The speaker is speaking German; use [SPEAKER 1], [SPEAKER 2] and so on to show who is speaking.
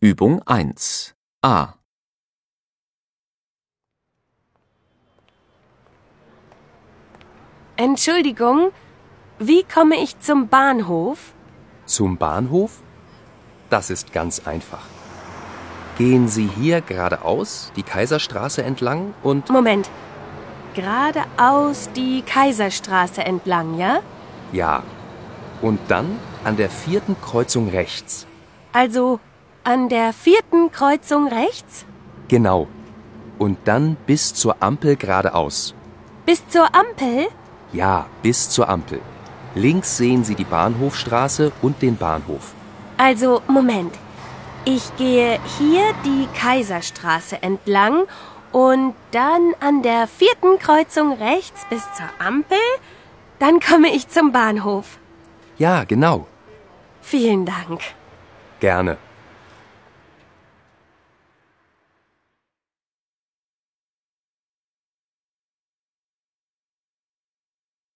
[SPEAKER 1] Übung 1 a
[SPEAKER 2] Entschuldigung, wie komme ich zum Bahnhof?
[SPEAKER 3] Zum Bahnhof? Das ist ganz einfach. Gehen Sie hier geradeaus die Kaiserstraße entlang und
[SPEAKER 2] Moment. Geradeaus die Kaiserstraße entlang, ja?
[SPEAKER 3] ja. Und dann an der vierten Kreuzung rechts.
[SPEAKER 2] Also an der vierten Kreuzung rechts
[SPEAKER 3] Genau. Und dann bis zur Ampel geradeaus.
[SPEAKER 2] bis zur Ampel?
[SPEAKER 3] Ja, bis zur Ampel. Links sehen Sie die Bahnhofstraße und den Bahnhof.
[SPEAKER 2] Also Moment. Ich gehe hier die Kaiserstraße entlang und dann an der vierten Kreuzung rechts bis zur Ampel. Dann komme ich zum Bahnhof.
[SPEAKER 3] Ja, genau.
[SPEAKER 2] Vielen Dank.
[SPEAKER 3] Gerne.